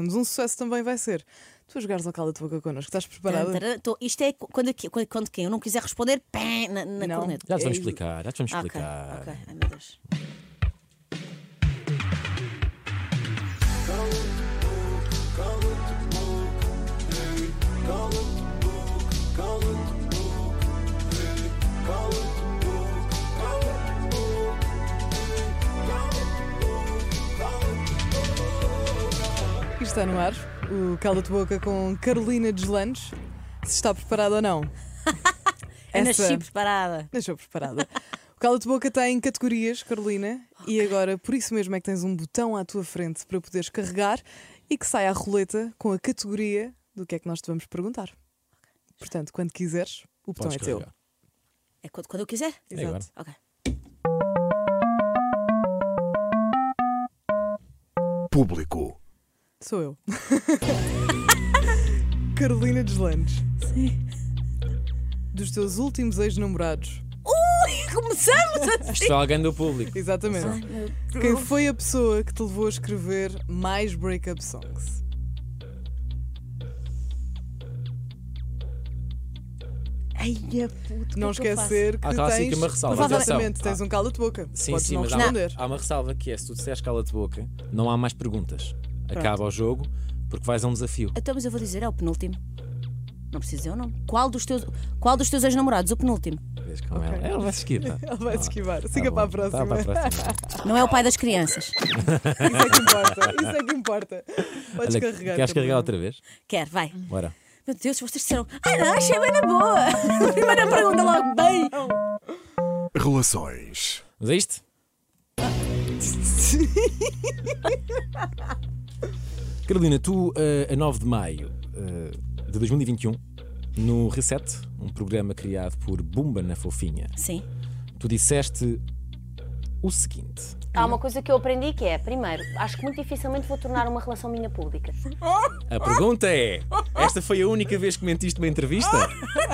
Mas um sucesso também vai ser. Tu a jogares ao cala tua boca connosco, estás preparada? Tantara, tô- isto é co- quando, aqui- quando, quando quem eu não quiser responder, pé, na, na Não. corneta. Já te vamos É- explicar, já te vamos Ah, ok, explicar. ok. Ai, meu Deus. Aqui está no ar o Cala-te Boca com Carolina Deslandes. Se está preparada ou não? Eu Essa- nasci preparada. Deixou preparada. O Cala-te Boca tem categorias, Carolina, e agora por isso mesmo é que tens um botão à tua frente para poderes carregar e que sai à roleta com a categoria do que é que nós te vamos perguntar. Portanto, quando quiseres, o botão Podes é teu. carregar. É quando, quando eu quiser? É agora. Ok. Público. Sou eu. Carolina Deslandes. Sim. Dos teus últimos ex-namorados. Ui, começamos a Isto é alguém do público. Exatamente. Quem foi a pessoa que te levou a escrever mais breakup songs? Ai, a puto, Não o que é que eu faço? esquecer que Há aquela assim tens. que uma ressalva, Exatamente, atenção. Tá. tens um cala de boca. Sim, Podes sim, não mas há, responder. há uma ressalva que é: se tu disseres cala-te boca, não há mais perguntas. Acaba o jogo porque vais a um desafio. Então, mas eu vou dizer, é o penúltimo. Não preciso dizer o nome. Qual dos teus, qual dos teus ex-namorados? O penúltimo. Vês é, com ela. Ela vai se esquivar. Ela vai se esquivar. Siga bom. para a próxima. Ah, Tá, para a próxima. Não é o pai das crianças. Isso é que importa. Isso é que importa. Podes carregar. Olha, queres Carolina. carregar outra vez? Quer, vai. Bora. Meu Deus, vocês disseram. Ai, não, achei bem na boa. Primeira pergunta logo, bem. Relações. Mas é isto? Carolina, tu, eh, a 9 de maio eh, de 2021, no Reset, um programa criado por Bumba na Fofinha, Sim. tu disseste o seguinte: Há uma coisa que eu aprendi que é, primeiro, acho que muito dificilmente vou tornar uma relação minha pública. A pergunta é: esta foi a única vez que mentiste numa entrevista?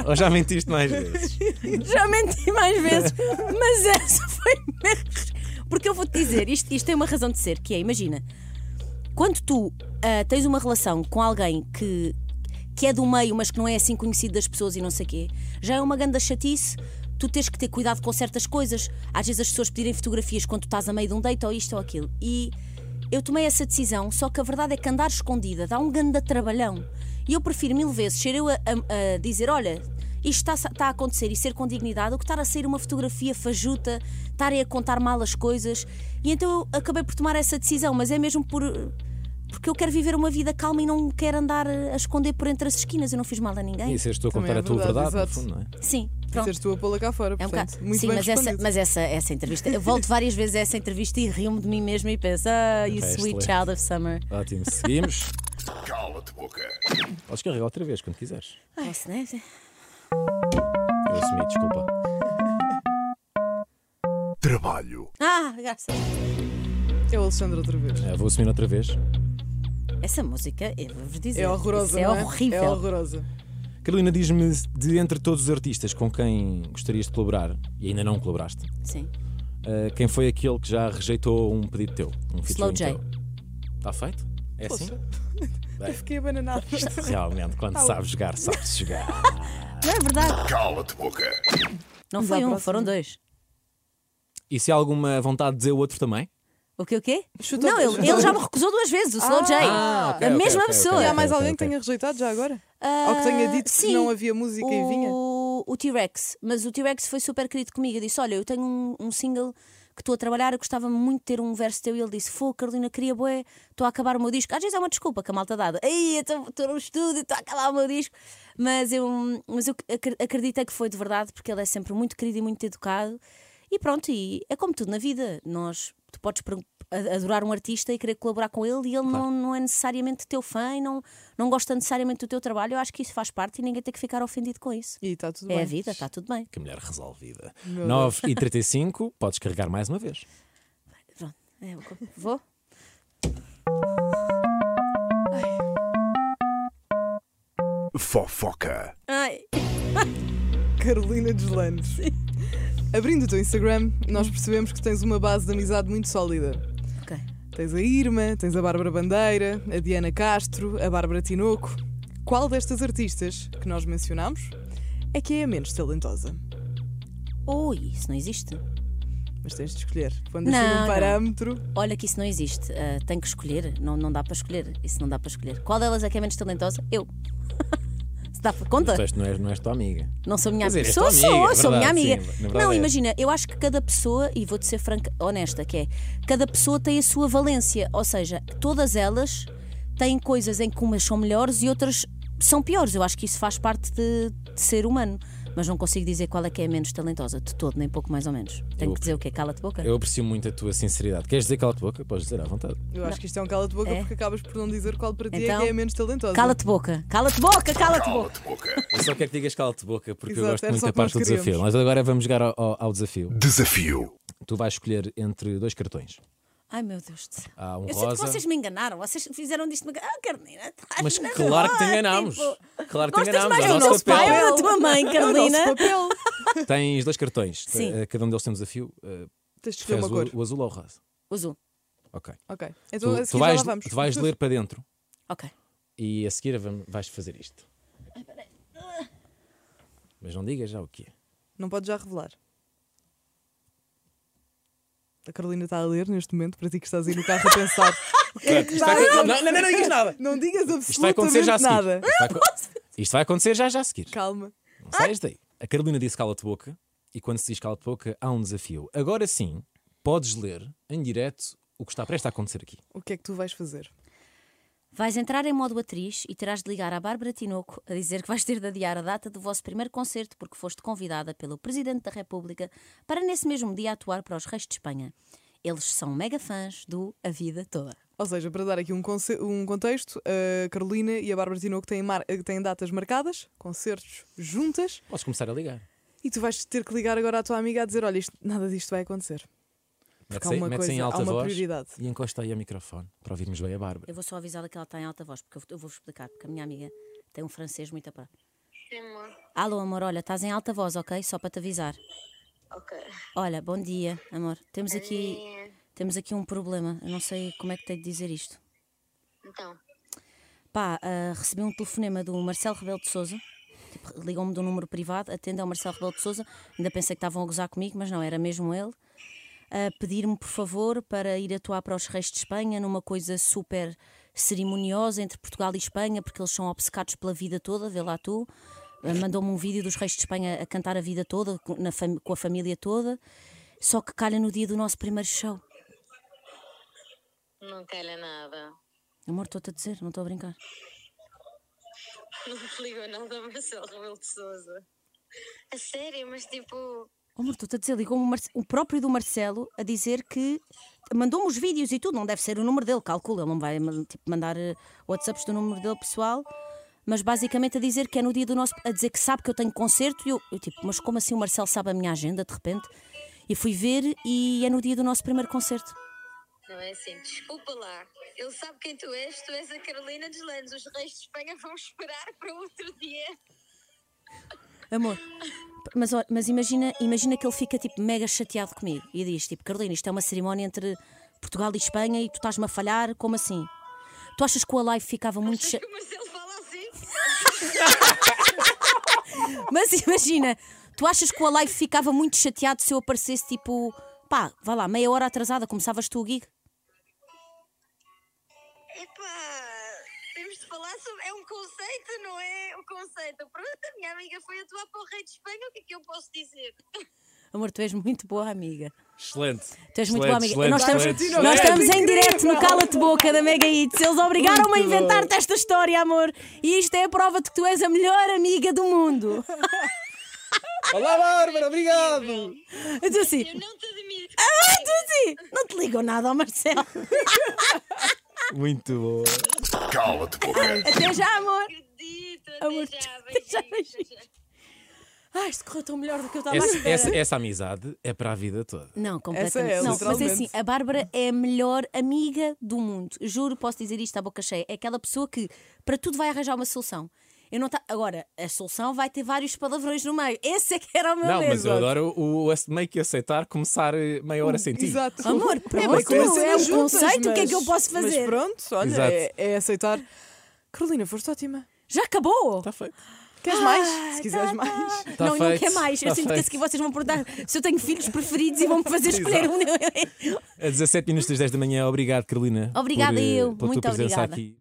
Ou já mentiste mais vezes? Já menti mais vezes, mas essa foi mesmo. Porque eu vou-te dizer, isto, isto tem uma razão de ser, que é, imagina, quando tu ah, tens uma relação com alguém que, que é do meio, mas que não é assim conhecido das pessoas e não sei quê, já é uma grande chatice. Tu tens que ter cuidado com certas coisas. Às vezes as pessoas pedirem fotografias quando tu estás a meio de um date ou isto ou aquilo. E eu tomei essa decisão, só que a verdade é que andar escondida dá um grande trabalhão. E eu prefiro mil vezes ser eu a, a- a dizer: olha, isto está, está a acontecer e ser com dignidade, do que estar a sair uma fotografia fajuta, estarem a contar mal as coisas. E então eu acabei por tomar essa decisão, mas é mesmo por porque eu quero viver uma vida calma e não quero andar a esconder por entre as esquinas. Eu não fiz mal a ninguém. E se eu estou a Também contar é a tua verdade, verdade, no exato. fundo, não é? Sim, pronto. Seres tu a pô-la cá fora. É um portanto, bocado. muito Sim, bem mas, essa, respondido. mas essa, essa entrevista. Eu volto várias vezes a essa entrevista e rio-me de mim mesmo e penso: Ah, you É sweet excelente. child of summer. é? Ótimo, seguimos. Cala-te boca. Podes carregar outra vez quando quiseres. Posso, né? Eu assumi, desculpa. Trabalho. Ah, graças. É o Alexandre outra vez. Eh, vou assumir outra vez. Essa música, eu vou-vos dizer. É horrorosa. isso é não horrível. É horrorosa. Carolina, diz-me de entre todos os artistas com quem gostarias de colaborar e ainda não colaboraste, Sim. eh, quem foi aquele que já rejeitou um pedido teu? Um Slow J. Está feito? É assim? Eu fiquei abananada. Isto realmente, quando sabes jogar, sabes jogar. Não é verdade. Cala-te boca. Não Vamos à foi um, próxima. foram dois. E se há alguma vontade de dizer o outro também? O quê, o quê? Chuta Não, outra- ele, chuta ele já me recusou duas vezes, o Slow J. Ah, ok, a ok, mesma ok, ok, pessoa. E há ok. é mais alguém que tenha rejeitado já agora? Ou que tenha dito que Ah, sim. não havia música e vinha? O, o T-Rex, mas o T-Rex foi super querido comigo. Eu disse: Olha, eu tenho um, um single que estou a trabalhar, eu gostava muito de ter um verso teu. E ele disse: Fô, Carolina, queria boé, estou a acabar o meu disco. Às vezes é uma desculpa que a malta dá: Ei, então eu estou- estou no um estúdio, estou a acabar o meu disco. Mas eu, mas eu acre- acreditei que foi de verdade, porque ele é sempre muito querido e muito educado. E pronto, e é como tudo na vida: nós, tu podes per- a- adorar um artista e querer colaborar com ele e ele não, não é necessariamente teu fã e não, não gosta necessariamente do teu trabalho, eu acho que isso faz parte e ninguém tem que ficar ofendido com isso. E está tudo é bem. a vida, está tudo bem. Que mulher resolvida. 9 e 35, podes carregar mais uma vez. Pronto, é, eu co- vou. Fofoca. Ai, Carolina Deslandes. Abrindo o teu Instagram, nós percebemos que tens uma base de amizade muito sólida. ok. Tens a Irma, tens a Bárbara Bandeira, a Diana Castro, a Bárbara Tinoco. Qual destas artistas que nós mencionámos é que é a menos talentosa? Ui, isso não existe. Mas tens de escolher. Quando assim Não, um não. parâmetro, Olha que isso não existe. Ah, tenho que escolher. Não, não dá para escolher. Isso não dá para escolher. Qual delas é que é menos talentosa? Eu. Se dá para conta? Tu és- não, és, não és tua amiga. Não sou minha Quer dizer, amiga. és Sou, tua sou, amiga, é sou minha verdade, amiga. sim, na verdade não, é. imagina, eu acho que cada pessoa, e vou-te ser franca, honesta, que é, cada pessoa tem a sua valência, ou seja, todas elas têm coisas em que umas são melhores e outras são piores. Eu acho que isso faz parte de, de ser humano. Mas não consigo dizer qual é que é a menos talentosa, de todo, nem pouco mais ou menos. Tenho Eu- que dizer o quê? Cala-te boca? Eu aprecio muito a tua sinceridade. Queres dizer cala-te boca? Podes dizer à vontade. eu acho que isto é um cala-te-boca É. porque acabas por não dizer qual para ti é Então, que é a menos talentosa. Cala-te boca, cala-te boca, cala-te boca. Cala-te boca. Eu só quero que digas cala-te boca, porque eu Exato, gosto era muito só da o que nós parte do queríamos. desafio. Mas agora vamos jogar ao, ao- ao desafio. Desafio. Tu vais escolher entre dois cartões. Ai meu Deus do céu. Há um eu sei rosa. que vocês me enganaram, vocês fizeram disto. uma- Ah, Carolina, estás Mas na tipo, claro que te boa, enganámos. Claro que te gostas enganámos, mais é o do nosso nosso pai papel. ou da tua É mãe, o nosso Carolina? papel. Tens dois cartões. Sim. Eh, Cada um deles tem um desafio. Eh, Tens de escolher preferes uma cor. o, o azul ou o rosa? Uso. Ok. Ok. Então a tu, tu seguir vais, já lá vamos. tu vais ler para dentro Ok. e a seguir vam- vais fazer isto. Mas não digas já o que é. Não podes já revelar. A Carolina está a ler neste momento, para ti que estás aí no carro a pensar. o que é que está a Não, acontecer? não, não, não digas nada. Não digas absolutamente Isto vai acontecer já a seguir. nada. Isto vai, acon- isto vai acontecer já, já a seguir. Calma. Não saias daí. A Carolina disse cala-te boca e quando se diz cala-te boca há um desafio. Agora sim, podes ler em direto o que está prestes a acontecer aqui. O que é que tu vais fazer? Vais entrar em modo atriz e terás de ligar à Bárbara Tinoco a dizer que vais ter de adiar a data do vosso primeiro concerto porque foste convidada pelo Presidente da República para nesse mesmo dia atuar para os Reis de Espanha. Eles são mega fãs do A Vida Toda. Ou seja, para dar aqui um, conce- um contexto, a Carolina e a Bárbara Tinoco têm, mar- eh, têm datas marcadas, concertos juntas, Podes começar a ligar. e tu vais ter que ligar agora à tua amiga a dizer: olha, isto- nada disto vai acontecer. Porque há aí- uma aí coisa, há uma prioridade. e encosta aí ao microfone para ouvirmos bem a Bárbara. Eu vou só avisá-la que ela está em alta voz, porque eu vou- eu vou explicar, porque a minha amiga tem um francês muito a par. Sim, amor. Alô, amor, olha, estás em alta voz, ok? Só para te avisar. Ok. Olha, bom dia, amor. Temos aqui, É, temos aqui um problema. Eu não sei como é que tenho de dizer isto. Então, Pá, ah, recebi um telefonema do Marcelo Rebelo de Souza. Tipo, ligam-me de um número privado, atendem ao Marcelo Rebelo de Souza. Ainda pensei que estavam a gozar comigo, mas não, era mesmo ele. A pedir-me, por favor, para ir atuar para os Reis de Espanha numa coisa super cerimoniosa entre Portugal e Espanha, porque eles são obcecados pela vida toda, vê lá tu. Ah, Mandou-me um vídeo dos Reis de Espanha a cantar a vida toda, com, na fam- com a família toda. Só que calha no dia do nosso primeiro show. não calha nada. Amor, estou-te a dizer, não estou a brincar. Não me ligou nada ao Marcelo Rebelo de Souza. A sério, mas tipo, Oh, amor, estou-te a dizer, ligou-me o, Marce- o próprio do Marcelo a dizer que mandou-me os vídeos e tudo, não deve ser o número dele, calcula, ele não vai man- tipo, mandar eh, WhatsApps do número dele pessoal, mas basicamente a dizer que é no dia do nosso. a dizer que sabe que eu tenho concerto e eu, eu tipo, mas como assim o Marcelo sabe a minha agenda de repente? E fui ver e é no dia do nosso primeiro concerto. não é assim. Desculpa lá. Ele sabe quem tu és, tu és a Carolina dos Landes. Os reis de Espanha vão esperar para outro dia. Amor, p- mas, ó- mas imagina, imagina que ele fica tipo mega chateado comigo e diz: tipo, Carolina, isto é uma cerimónia entre Portugal e Espanha e tu estás-me a falhar, como assim? Tu achas que o Alive ficava muito Achas chateado? que o Marcelo fala assim? Mas imagina, tu achas que o Alive ficava muito chateado se eu aparecesse tipo, pá, vá lá, meia hora atrasada, começavas tu o gig? Epá, temos de falar sobre. É um conceito, não é? Um conceito. Pronto, a minha amiga foi atuar para o rei de Espanha. O que é que eu posso dizer? Amor, tu és muito boa amiga. Excelente. Tu és muito boa amiga. Excelente, nós estamos, excelente, nós excelente. estamos em direto no Cala-te Boca da Mega Hits. Eles obrigaram-me a Muito bom. inventar-te esta história, amor. E isto é a prova de que tu és a melhor amiga do mundo. Olá, Bárbara, obrigado. Eu disse assim, Eu não te admito. ah, tu assim, não te ligam nada ao Marcelo. Muito bom. Cala-te boca. Até já, amor. Acredito. Amor, Até já, já, beijinhos, até já. Ai, isto correu tão melhor do que eu estava a Essa, esperar. essa- essa amizade é para a vida toda. Não, completamente. Essa é, não, mas é literalmente. assim, a Bárbara é a melhor amiga do mundo. Juro, posso dizer isto à boca cheia. É aquela pessoa que para tudo vai arranjar uma solução. Eu não tá... Agora, a solução vai ter vários palavrões no meio. Esse é que era o meu Não, medo. mas eu adoro o, o ace- meio que aceitar começar eh, meia hora sem ti. Exato. Amor, pronto, bem, é cenas um conceito, o que é que eu posso mas fazer? pronto, olha, Exato. é, é aceitar. Carolina, foste ótima. Já acabou? Está Tá feito. Ah, Queres mais? Se quiseres mais. Tá não, não feito, quer mais. eu tá sinto que a feito. seguir vocês vão perguntar se eu tenho filhos preferidos e vão-me fazer escolher um. A 17 minutos das 10 da manhã, obrigado, Carolina. Obrigada por, eh, eu, pela muito tua presença obrigada. aqui.